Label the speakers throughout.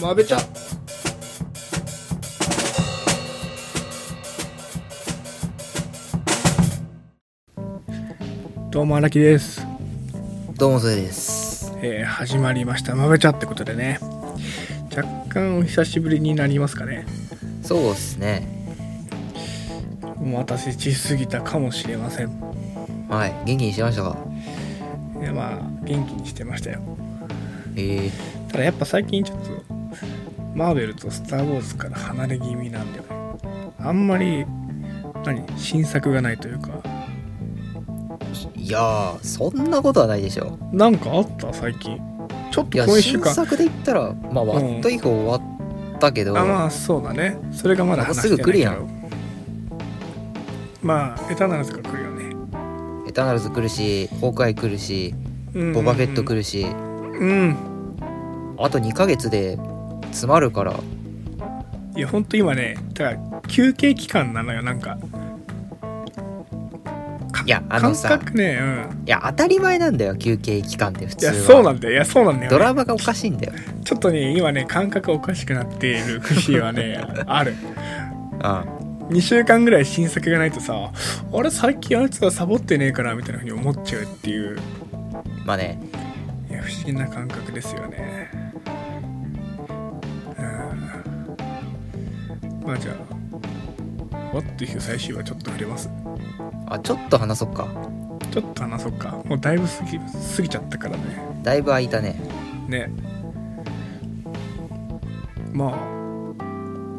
Speaker 1: まべちゃ
Speaker 2: どうも荒木です、
Speaker 3: どうもそれです。
Speaker 2: えー始まりました「まべちゃ」ってことでね若干お久しぶりになりますかね
Speaker 3: そうですね。
Speaker 2: お待たせしすぎたかもしれません
Speaker 3: はい、元気にしてましたか。
Speaker 2: いやまあ元気にしてましたよ
Speaker 3: ええ
Speaker 2: ただやっぱ最近ちょっとマーベルと「スター・ウォーズ」から離れ気味なんでねあんまり何新作がないというか
Speaker 3: いやー、そんなことはないでしょ
Speaker 2: なんかあった最近ちょっ
Speaker 3: い
Speaker 2: と
Speaker 3: や、
Speaker 2: この1週
Speaker 3: 新
Speaker 2: 間
Speaker 3: 作で言ったら、まあ、ワットイフ終わったけど、
Speaker 2: あまあそうだねそれがまだ話してないけど
Speaker 3: もうすぐ来
Speaker 2: まあエターナルズが来るよね
Speaker 3: エターナルズ来るし、崩壊来るし、ボバフェット来
Speaker 2: る
Speaker 3: るし、
Speaker 2: うん
Speaker 3: あと2ヶ月で詰まるから、
Speaker 2: いやほんと今ねだから休憩期間なのよなんかか
Speaker 3: いやあのさ
Speaker 2: 感覚ねうん
Speaker 3: いや、当たり前なんだよ、休憩期間って普
Speaker 2: い
Speaker 3: 通は。
Speaker 2: やそうなんだよいやそうなんだよね、
Speaker 3: ドラマがおかしいんだよ。
Speaker 2: ちょっとね今ね感覚おかしくなっている節はね ある
Speaker 3: あ
Speaker 2: 2週間ぐらい新作がないとさあれ最近あいつがサボってねえからみたいな風に思っちゃうっていう
Speaker 3: まあね、
Speaker 2: いや不思議な感覚ですよねうんまあじゃあ「What if」最終話ちょっと触れます
Speaker 3: あ、ちょっと話そっか。
Speaker 2: ちょっと話そうかもうだいぶ過ぎ過ぎちゃったからね
Speaker 3: だいぶ空いたね。
Speaker 2: ねまあ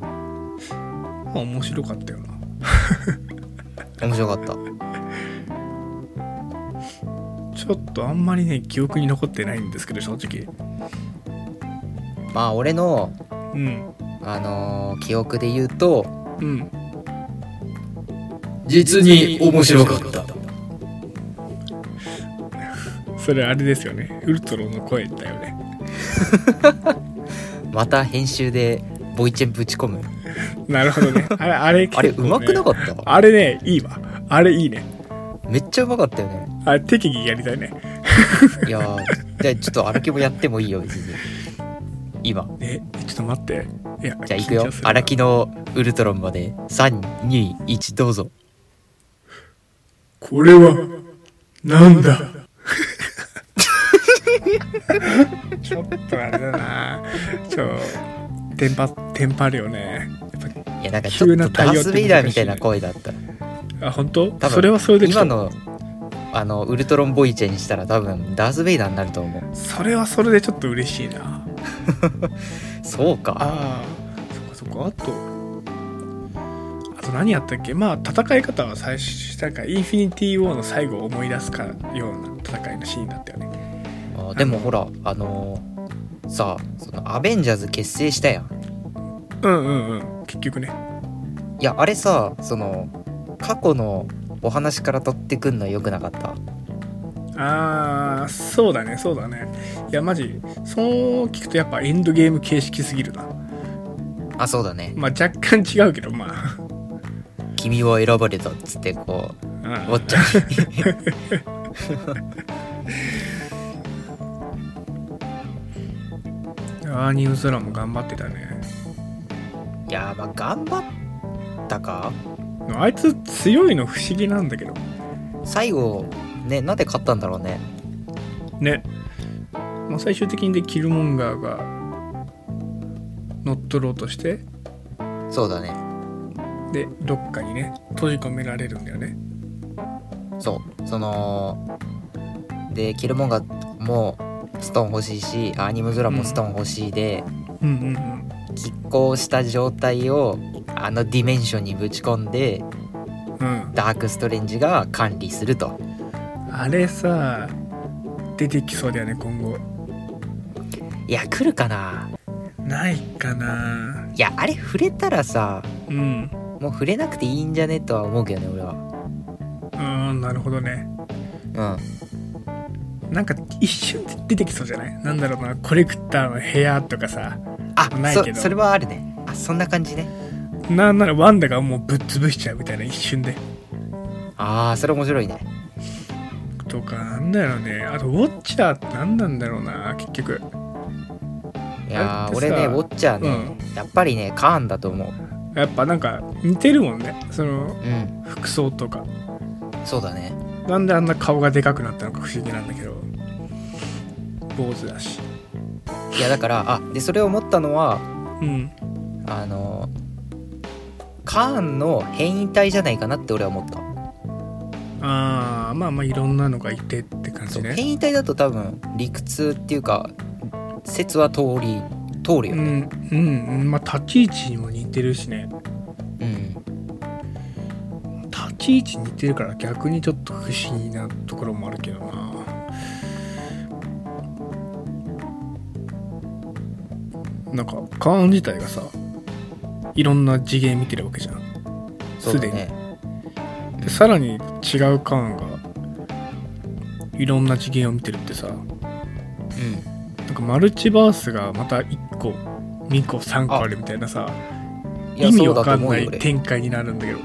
Speaker 2: まあ面白かったよな
Speaker 3: 面白かった。
Speaker 2: ちょっとあんまりね記憶に残ってないんですけど正直
Speaker 3: まあ、俺の、
Speaker 2: うん
Speaker 3: あのー記憶で言うと、
Speaker 2: うん
Speaker 3: 実に面白かった。
Speaker 2: それあれですよねウルトロの声だよね
Speaker 3: また編集でボイチェンぶち込む。
Speaker 2: なるほどねあれあ れ結構
Speaker 3: あれ、うまく
Speaker 2: ね
Speaker 3: なかった
Speaker 2: あれね、いいわ。あれいいね。
Speaker 3: めっちゃうまかったよね。
Speaker 2: あれ適宜やりたいね。
Speaker 3: いやー、じゃあちょっと荒木もやってもいいよ、別に。今。
Speaker 2: え、ちょっと待って。いや、
Speaker 3: じゃあ行くよ
Speaker 2: 緊張す。るな
Speaker 3: 荒木のウルトロンまで、3、2、1、どうぞ。
Speaker 2: これは、なんだちょっとあれだな。ちょ、テンパ、テンパるよね。やっ
Speaker 3: いや、なんかちょっとダース・ベイダーみたいな声だった。
Speaker 2: ぱあ、本当
Speaker 3: 多分
Speaker 2: それはそれでちょ
Speaker 3: 今
Speaker 2: っと、
Speaker 3: の、あの、ウルトロンボイチェンしたら多分、ダース・ベイダーになると思う。
Speaker 2: それはそれでちょっと嬉しいな。
Speaker 3: そうか。
Speaker 2: ああ、そっかそっか。あと、あと何やったっけまあ、戦い方は最初、なんか、インフィニティ・ウォーの最後を思い出すかような戦いのシーンだったよね。
Speaker 3: あでもほら、あのーさあ、そのアベンジャーズ結成したやん。
Speaker 2: うんうんうん。結局ね。
Speaker 3: いやあれさその過去のお話から取ってくんのよくなかった
Speaker 2: ああ、そうだね、そうだね。いや、マジ、そう聞くとやっぱエンドゲーム形式すぎるな。
Speaker 3: あそうだね
Speaker 2: まあ、若干違うけど、まあ。
Speaker 3: 「君は選ばれた」っつってこ
Speaker 2: う
Speaker 3: うウォ
Speaker 2: ん
Speaker 3: ッ チャーに
Speaker 2: アーニウズラも頑張ってたね。
Speaker 3: いやまあ頑張ったか
Speaker 2: あいつ強いの不思議なんだけど。
Speaker 3: 最後ねなんで勝ったんだろうね
Speaker 2: ね、まあ、最終的にでキルモンガーが乗っ取ろうとして
Speaker 3: そうだね
Speaker 2: でどっかにね閉じ込められるんだよね
Speaker 3: そうそのでキルモンガもストーン欲しいしアニムズラもストーン欲しいで、
Speaker 2: うんうんう
Speaker 3: 拮抗した状態をあのディメンションにぶち込んで
Speaker 2: んうん
Speaker 3: ダークストレンジが管理すると
Speaker 2: あれさ出てきそうだよね今後
Speaker 3: いや来るかな
Speaker 2: ないかない
Speaker 3: やあれ触れたらさ
Speaker 2: うん
Speaker 3: もう触れなくていいんじゃねとは思うけどね俺は
Speaker 2: うんなるほどね
Speaker 3: う
Speaker 2: なんか一瞬で出てきそうじゃないなんだろうなコレクターの部屋とかさ
Speaker 3: ん
Speaker 2: な
Speaker 3: あ
Speaker 2: いけ
Speaker 3: そ
Speaker 2: ど
Speaker 3: それはあるねあそんな感じね
Speaker 2: なんならワンダがもうぶっ潰しちゃうみたいな一瞬で
Speaker 3: あーそれ面白いね
Speaker 2: とかなんだろうねあとウォッチャーって何なんだろうな結局
Speaker 3: いやー
Speaker 2: あれ
Speaker 3: 俺
Speaker 2: ってさ
Speaker 3: ねウォッチャーね、やっぱりねカーンだと思う
Speaker 2: やっぱなんか似てるもんねその
Speaker 3: うん
Speaker 2: 服装とか
Speaker 3: そうだね
Speaker 2: なんであんな顔がでかくなったのか不思議なんだけど坊主だし
Speaker 3: いやだからあでそれを思ったのは
Speaker 2: うん
Speaker 3: あのカーンの変異体じゃないかなって俺は思った、
Speaker 2: ああまあまあいろんなのがいてって感
Speaker 3: そ
Speaker 2: じ
Speaker 3: う
Speaker 2: ね
Speaker 3: 変異体だと多分理屈っていうか説は通り通る
Speaker 2: う
Speaker 3: よね
Speaker 2: んうんうんまあ立ち位置にも似てるしね
Speaker 3: うん、
Speaker 2: 立ち位置似てるから逆にちょっと不思議なところもあるけどななんかカーン自体がさいろんな次元見てるわけじゃん
Speaker 3: そう
Speaker 2: す
Speaker 3: だ
Speaker 2: でに
Speaker 3: ね
Speaker 2: でさらに違うカーンがいろんな次元を見てるってさな
Speaker 3: うん
Speaker 2: んかマルチバースがまた1個2個3個あるみたいなさ
Speaker 3: いや
Speaker 2: 意味わかん
Speaker 3: そうだと思う
Speaker 2: な
Speaker 3: よ
Speaker 2: い
Speaker 3: 俺
Speaker 2: 展開になるんだけど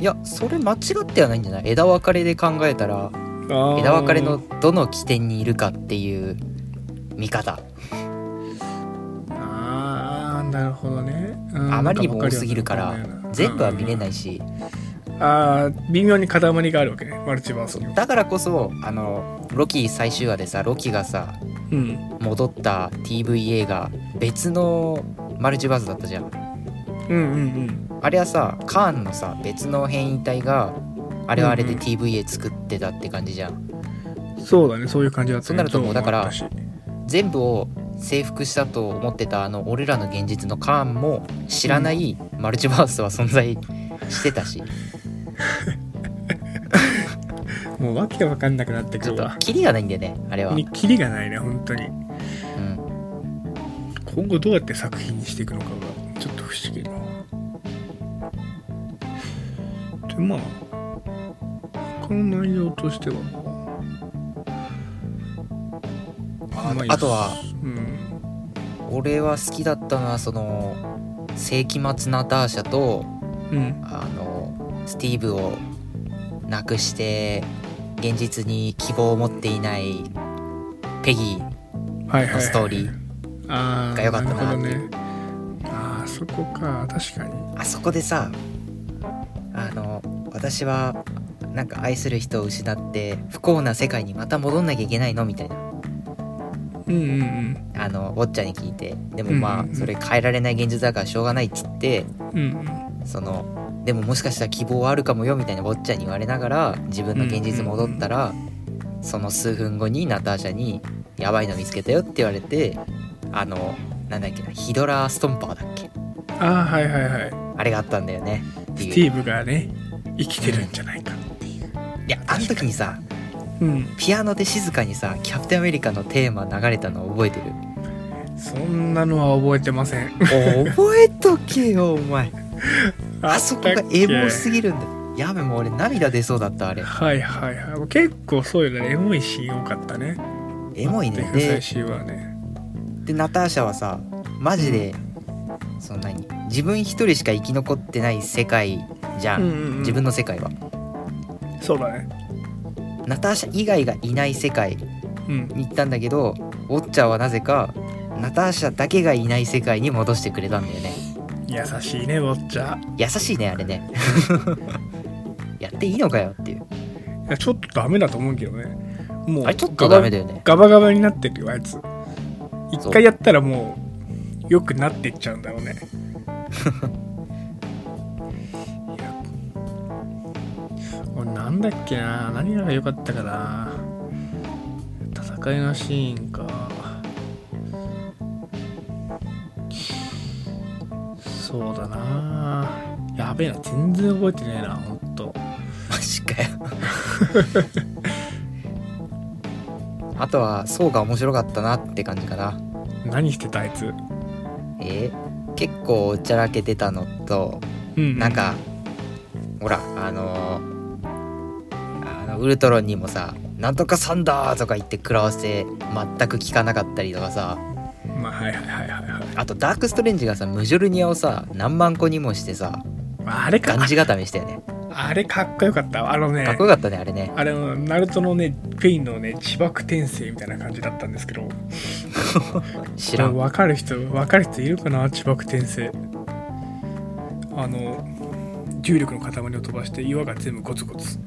Speaker 3: いやそれ間違ってはないんじゃない枝分かれで考えたら枝分かれのどの起点にいるかっていう見方
Speaker 2: あーなるほどね、うん
Speaker 3: あまりにも多すぎるから
Speaker 2: なんわかるようになる
Speaker 3: 全部は見れないし
Speaker 2: あー微妙に塊があるわけねマルチバースには
Speaker 3: だからこそあのロキ最終話でさロキがさ
Speaker 2: うん
Speaker 3: 戻った TVA が別のマルチバースだったじゃん
Speaker 2: うんうん
Speaker 3: あれはさカーンのさ別の変異体があれはあれ
Speaker 2: うん
Speaker 3: で
Speaker 2: うん
Speaker 3: TVA 作ってたって感じじゃん
Speaker 2: うんそうだねそういう感じだったね
Speaker 3: そうなるともうだから
Speaker 2: ゾーンもあったし
Speaker 3: 全部を征服したと思ってたあの俺らの現実のカーンも知らないマルチバースは存在してた し
Speaker 2: もうわけわかんなくなってく
Speaker 3: ちょ
Speaker 2: る
Speaker 3: っと
Speaker 2: わ
Speaker 3: キリがないんだよねあれは、
Speaker 2: にキリがないね本当に
Speaker 3: うん、
Speaker 2: 今後どうやって作品にしていくのかがちょっと不思議なでまあ他の内容としては
Speaker 3: あ
Speaker 2: まいい
Speaker 3: あとは
Speaker 2: うん
Speaker 3: 俺は好きだったのはその世紀末ナターシャと
Speaker 2: うん
Speaker 3: あのスティーブを亡くして現実に希望を持っていないペギー
Speaker 2: はいはい、は
Speaker 3: の
Speaker 2: い、
Speaker 3: ストーリー、
Speaker 2: あー
Speaker 3: が良かったな
Speaker 2: るほどねあーそこか確かに
Speaker 3: あそこでさあの私はなんか愛する人を失って不幸な世界にまた戻んなきゃいけないのみたいな
Speaker 2: うんうんうん
Speaker 3: あのウォッチャーに聞いてでも
Speaker 2: うん
Speaker 3: ま
Speaker 2: うんう
Speaker 3: あ
Speaker 2: ん
Speaker 3: それ変えられない現実だからしょうがないっつって
Speaker 2: うん
Speaker 3: そのでももしかしたら希望はあるかもよみたいな坊っちゃんに言われながら自分の現実戻ったら、その数分後にナターシャに「やばいの見つけたよ」って言われてあのなんだっけなヒドラストンパーだっけ
Speaker 2: ああはいはいはい
Speaker 3: あれがあったんだよねって
Speaker 2: ス
Speaker 3: いう
Speaker 2: ティーブがね生きてるんじゃないかっていう
Speaker 3: いやあの時にさ
Speaker 2: うん
Speaker 3: ピアノで静かにさキャプテンアメリカのテーマ流れたの覚えてる
Speaker 2: そんなのは覚えてません
Speaker 3: お覚えとけよお前あそこがエモす
Speaker 2: ぎ
Speaker 3: ぎるんだよやべもう俺涙出そうだったあれ
Speaker 2: はいはいはい結構そういうのねエモいシーン多かったね
Speaker 3: エモいね
Speaker 2: で
Speaker 3: で
Speaker 2: 最終話ね
Speaker 3: でナターシャはさマジで、そんなに自分一人しか生き残ってない世界じゃん、
Speaker 2: うんうんうん
Speaker 3: 自分の世界は
Speaker 2: そうだね
Speaker 3: ナターシャ以外がいない世界
Speaker 2: うん
Speaker 3: に行ったんだけどウォッチャーはなぜかナターシャだけがいない世界に戻してくれたんだよね
Speaker 2: 優しいね坊ちゃん
Speaker 3: 優しいねあれね やっていいのかよっていう
Speaker 2: いやちょっとダメだと思うけどねもう
Speaker 3: あれちょっとダメだよね
Speaker 2: ガバガバになってるよあいつ一
Speaker 3: そう
Speaker 2: 回やったらもう良くなっていっちゃうんだろうね いや俺なんだっけな何が良かったかな戦いのシーンかそうだなやべえな全然覚えてねえなほんと
Speaker 3: マジかよあとは層が面白かったなって感じかな
Speaker 2: 何してたあいつ
Speaker 3: えー結構おちゃらけてたのと
Speaker 2: うん
Speaker 3: なんか、ほらあのーあのウルトロンにもさ「なんとかサンダー!」とか言って食らわせ全く聞かなかったりとかさ
Speaker 2: まあはいはいはいはいはい
Speaker 3: あとダークストレンジがさムジョルニアをさ何万個にもし てさ
Speaker 2: あれか
Speaker 3: がんじ固めしたよね
Speaker 2: あれかっこよかったわあのね
Speaker 3: かっこよかったねあれね
Speaker 2: あれのナルトのねペインのね自爆転生みたいな感じだったんですけど
Speaker 3: 知らん
Speaker 2: 分かる人分かる人いるかな地爆転生あの重力の塊を飛ばして岩が全部ゴツゴツ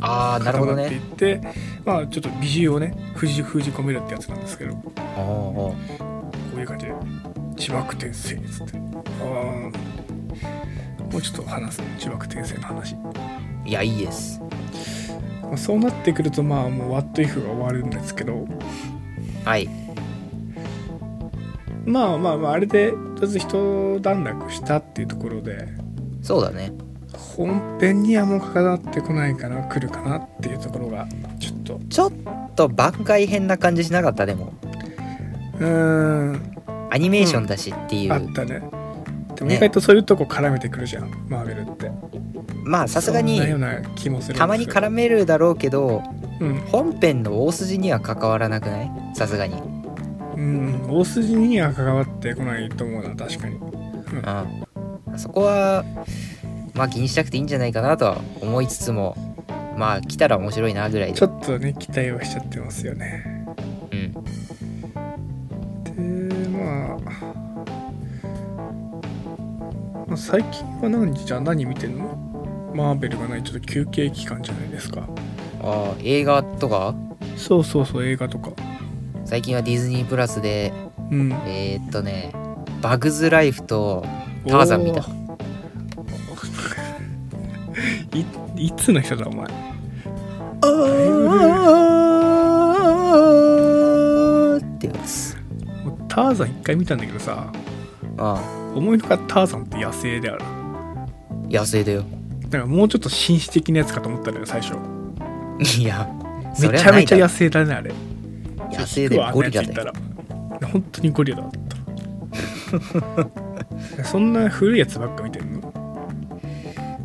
Speaker 3: ああな
Speaker 2: 固
Speaker 3: るほ
Speaker 2: ま
Speaker 3: ど
Speaker 2: ってい
Speaker 3: ね
Speaker 2: って、まあちょっと美獣をね封じ封じ込めるってやつなんですけどこ
Speaker 3: おお
Speaker 2: ういう感じで地爆転生っつってああもうちょっと話すね地爆転生の話、ま
Speaker 3: ーいやいいです
Speaker 2: あ、そうなってくるとまあもう「What if」が終わるんですけど
Speaker 3: はい
Speaker 2: まあまあまああれでとりあえず一段落したっていうところで
Speaker 3: そうだね
Speaker 2: 本編にはもうかかってこないかな来るかなっていうところがちょっとう
Speaker 3: ちょっと番外編な感じしなかったでも
Speaker 2: ーん
Speaker 3: アニメーションだしっていう、
Speaker 2: あったねでも
Speaker 3: ね
Speaker 2: 意外とそういうとこ絡めてくるじゃん、マーベルって
Speaker 3: まあさすがに
Speaker 2: そんなような気もする
Speaker 3: たまに絡
Speaker 2: め
Speaker 3: めるだろうけど
Speaker 2: うん、
Speaker 3: 本編の大筋には関わらなくないさすがに
Speaker 2: うん、大筋には関わってこないと思うな確かに
Speaker 3: うんそこはまあ気にしなくていいんじゃないかなとは思いつつもまあ来たら面白いなぐらい
Speaker 2: ちょ
Speaker 3: で、
Speaker 2: っとね期待はしちゃってますよね
Speaker 3: うん、
Speaker 2: でまあまあ最近は何じゃあ何見てんのマーベルがないちょっと休憩期間じゃないですか
Speaker 3: あー映画とか
Speaker 2: そうそうそう映画とか
Speaker 3: 最近はディズニープラスで
Speaker 2: うん
Speaker 3: えー、っとねバグズライフとターザン見た
Speaker 2: お いいつの人だお前
Speaker 3: あーってやつ
Speaker 2: もうターザン一回見たんだけどさ
Speaker 3: あ
Speaker 2: 思いのほかターザンって野生である
Speaker 3: ー野生だよ
Speaker 2: だからもうちょっと紳士的なやつかと思ったのよ最初
Speaker 3: いやそ
Speaker 2: め
Speaker 3: れ
Speaker 2: ち
Speaker 3: は
Speaker 2: ゃ
Speaker 3: な
Speaker 2: め
Speaker 3: い
Speaker 2: ちゃ
Speaker 3: だろ
Speaker 2: 野生だねあれ
Speaker 3: 野生でゴリラだよ
Speaker 2: よ本当にゴリラだった そんな古いやつばっか見てんの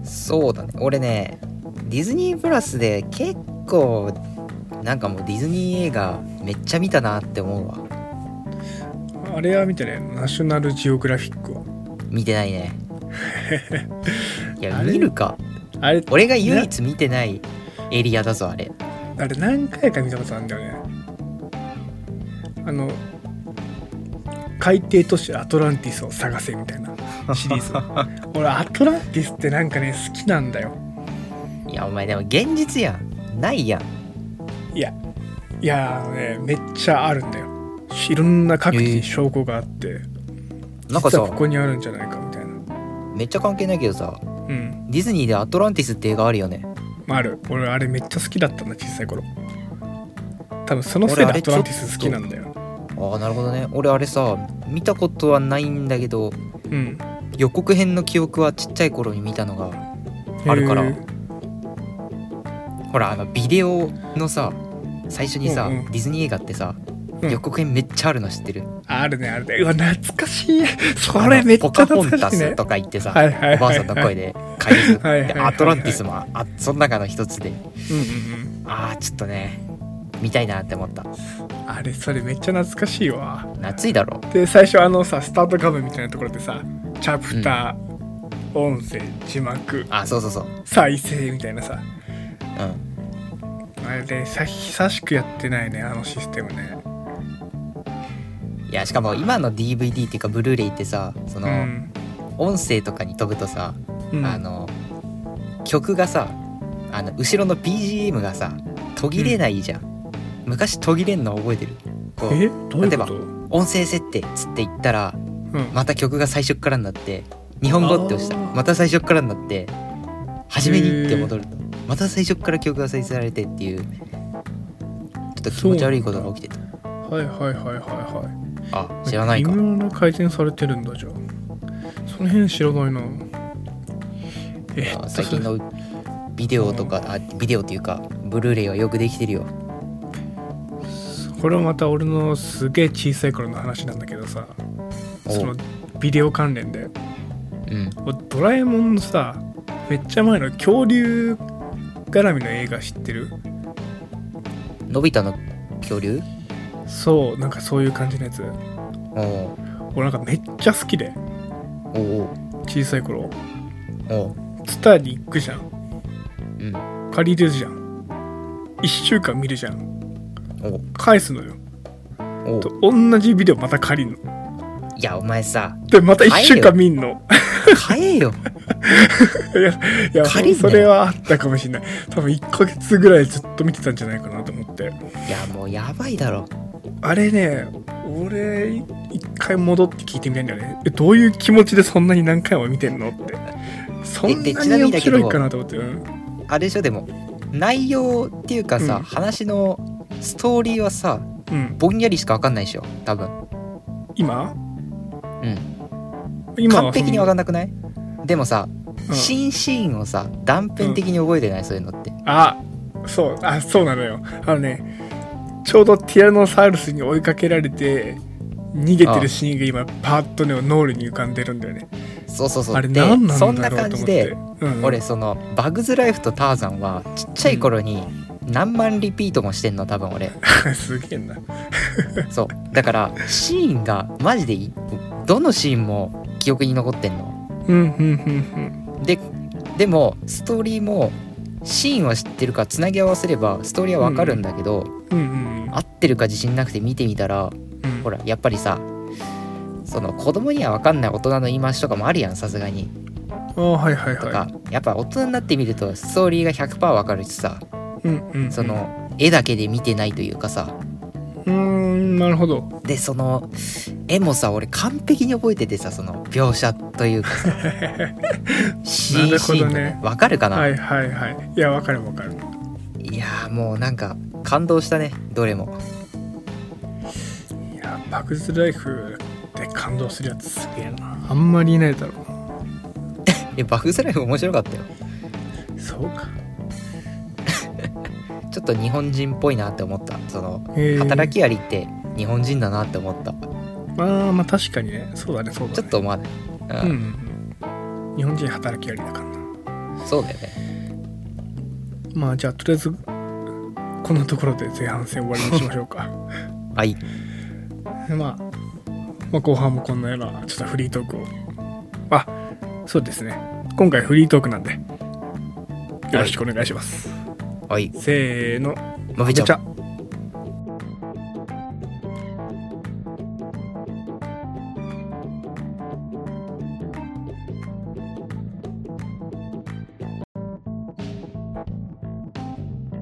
Speaker 3: そうだね俺ねディズニープラスで結構なんかもうディズニー映画めっちゃ見たなって思うわ
Speaker 2: あれは見てねナショナルジオグラフィックは
Speaker 3: 見てな いねいや
Speaker 2: あれ
Speaker 3: 見るか
Speaker 2: あれ
Speaker 3: 俺が唯一見てないエリアだぞあれ
Speaker 2: あれ何回か見たことあるんだよねあの海底都市アトランティスを探せみたい なシリーズ俺アトランティスってなんかね好きなんだよ
Speaker 3: いやお前でも現実やんないやん
Speaker 2: いやいやあのねめっちゃあるんだよいろんな各地
Speaker 3: え
Speaker 2: に
Speaker 3: ー
Speaker 2: 証拠があって、
Speaker 3: なんか
Speaker 2: 実
Speaker 3: さ
Speaker 2: はここにあるんじゃないかみたいな
Speaker 3: めっちゃ関係ないけどさ
Speaker 2: うん
Speaker 3: ディズニーでアトランティスって映画あるよね
Speaker 2: まあある俺あれめっちゃ好きだったんだ小さい頃多分そのせいで
Speaker 3: 俺あ
Speaker 2: ア
Speaker 3: れ
Speaker 2: トランティス好きなんだよ
Speaker 3: ああなるほどね俺あれさ見たことはないんだけど
Speaker 2: うん
Speaker 3: 予告編の記憶はちっちゃい頃に見たのがあるから
Speaker 2: へー
Speaker 3: ほらあのビデオのさ最初にさ、
Speaker 2: うんうん
Speaker 3: ディズニー映画ってさ、
Speaker 2: うん
Speaker 3: 予告編めっちゃあるの知ってる
Speaker 2: あるねあるねうわ懐かしいそれめっちゃ
Speaker 3: あのポカホ
Speaker 2: 懐
Speaker 3: ンタ
Speaker 2: かしいね
Speaker 3: スとか言ってさ、
Speaker 2: はいはいはいはい
Speaker 3: おばあさんの声で怪獣
Speaker 2: はいはいはい
Speaker 3: で
Speaker 2: はい
Speaker 3: アトランティスもあその中の一つで
Speaker 2: うんうん
Speaker 3: ああちょっとね見たいなって思った
Speaker 2: うんあれそれめっちゃ懐かしいわ
Speaker 3: 夏いだろ
Speaker 2: で最初あのさスタート画面みたいなところでさチャプター、音声字幕
Speaker 3: あそうそうそう
Speaker 2: 再生みたいなさ
Speaker 3: う
Speaker 2: あれでさ久しくやってないねあのシステムね
Speaker 3: んいやしかも今の DVD っていうかブルーレイってさその、
Speaker 2: うん、
Speaker 3: 音声とかに飛ぶとさ、
Speaker 2: うん、
Speaker 3: あの曲がさあの後ろの BGM がさ途切れないじゃん、昔途切れんの覚えてるこ
Speaker 2: え
Speaker 3: う
Speaker 2: どういうこと、
Speaker 3: 音声設定っつって言ったら
Speaker 2: うん、
Speaker 3: また曲が最初っからになって日本語って押した
Speaker 2: あー
Speaker 3: また最初っからになって初めにって戻るとまた最初っから曲が再生されてっていうちょっと気持ち悪いことが起きてた
Speaker 2: はいはいはいはいは
Speaker 3: あ
Speaker 2: い
Speaker 3: 知らないか
Speaker 2: 微妙な改善されてるんだじゃあその辺知らないなえっと
Speaker 3: あ最近のビデオとかあビデオというかブルーレイはよくできてるよ
Speaker 2: これはまた俺のすげえ小さい頃の話なんだけどさ
Speaker 3: お
Speaker 2: そのビデオ関連で
Speaker 3: うん
Speaker 2: ドラえもんのさめっちゃ前の恐竜絡みの映画知ってる
Speaker 3: のび太の恐竜
Speaker 2: そうなんかそういう感じのやつ
Speaker 3: おう
Speaker 2: 俺なんかめっちゃ好きで
Speaker 3: おう
Speaker 2: 小さい頃
Speaker 3: おうおう
Speaker 2: ツタに行くじゃん
Speaker 3: うん
Speaker 2: 借りれるじゃん1週間見るじゃん
Speaker 3: おう
Speaker 2: 返すのよ
Speaker 3: おう
Speaker 2: と同じビデオまた借りんの
Speaker 3: いやお前さ
Speaker 2: でまた1週間見んの
Speaker 3: 買えよ
Speaker 2: い やいや
Speaker 3: 借りんなよ
Speaker 2: それはあったかもしれない多分1ヶ月ぐらいずっと見てたんじゃないかなと思って
Speaker 3: いやもうやばいだろ
Speaker 2: あれね俺一回戻って聞いてみたいんだよねえどういう気持ちでそんなに何回も見てんのってそんな
Speaker 3: で
Speaker 2: に
Speaker 3: ちなみにだ
Speaker 2: 面
Speaker 3: けど
Speaker 2: 白いかなと思ってうん
Speaker 3: あれでしょでも内容っていうかさ、
Speaker 2: うん
Speaker 3: 話のストーリーはさ
Speaker 2: うん、
Speaker 3: ぼんやりしか分かんないでしょ多分
Speaker 2: 今
Speaker 3: うん
Speaker 2: 今
Speaker 3: 完璧に分
Speaker 2: わ
Speaker 3: かんなくないでもさ、
Speaker 2: うん
Speaker 3: 新シーンをさ断片的に覚えてない、そういうのって
Speaker 2: あそうあそうなのよあのねちょうどティラノサウルスに追いかけられて逃げてるシーンが今パーッとね脳裏に浮かんでるんだよね
Speaker 3: そうそうそう
Speaker 2: あれ
Speaker 3: で
Speaker 2: 何な
Speaker 3: そ
Speaker 2: ん
Speaker 3: ん
Speaker 2: だ
Speaker 3: な
Speaker 2: ろう
Speaker 3: 感
Speaker 2: と思
Speaker 3: じ
Speaker 2: って
Speaker 3: で、
Speaker 2: うん
Speaker 3: 俺そのバグズライフとターザンはちっちゃい頃に何万リピートもしてんの多分 俺
Speaker 2: すげえな
Speaker 3: そうだからシーンがマジでいどのシーンも記憶に残ってんの
Speaker 2: うんうんうん
Speaker 3: ででもストーリーもシーンは知ってるからつなぎ合わせればストーリーはわかるんだけど、
Speaker 2: うんうん
Speaker 3: 合ってるか自信なくて見てみたら
Speaker 2: うんうん
Speaker 3: ほらやっぱりさその子供にはわかんない大人の言い回しとかもあるやんさすがに
Speaker 2: あはいはい
Speaker 3: と
Speaker 2: はい
Speaker 3: か、やっぱ大人になってみるとストーリーが100%わかるしさ
Speaker 2: うんうんうん
Speaker 3: その絵だけで見てないというかさ
Speaker 2: うーんなるほど
Speaker 3: でその絵もさ俺完璧に覚えててさその描写というか さシーンシーンの
Speaker 2: なるほどね
Speaker 3: ねわかるかな、
Speaker 2: はいはいはいいやわかるわかる
Speaker 3: いやーもうなんか感動したねどれも
Speaker 2: いやバグズライフで感動するやつすげえなあんまりいないだろう
Speaker 3: いやバグズライフ面白かったよ
Speaker 2: なそうか
Speaker 3: ちょっと日本人っぽいなって思ったその
Speaker 2: へー
Speaker 3: 働きアリって日本人だなって思った
Speaker 2: ああまあ確かにねそうだねそうだね
Speaker 3: ちょっと思わない、
Speaker 2: う
Speaker 3: うんん、
Speaker 2: うんうん日本人働きありだからな
Speaker 3: そうだよね
Speaker 2: まあじゃあとりあえずこんなところで前半戦終わりにしましょうか
Speaker 3: はい
Speaker 2: でまあ、まあ後半もこんなようなちょっとフリートークをあそうですね今回フリートークなんでよろしくお願いします、
Speaker 3: はい
Speaker 2: せーの
Speaker 3: まぶちゃん
Speaker 2: ゃ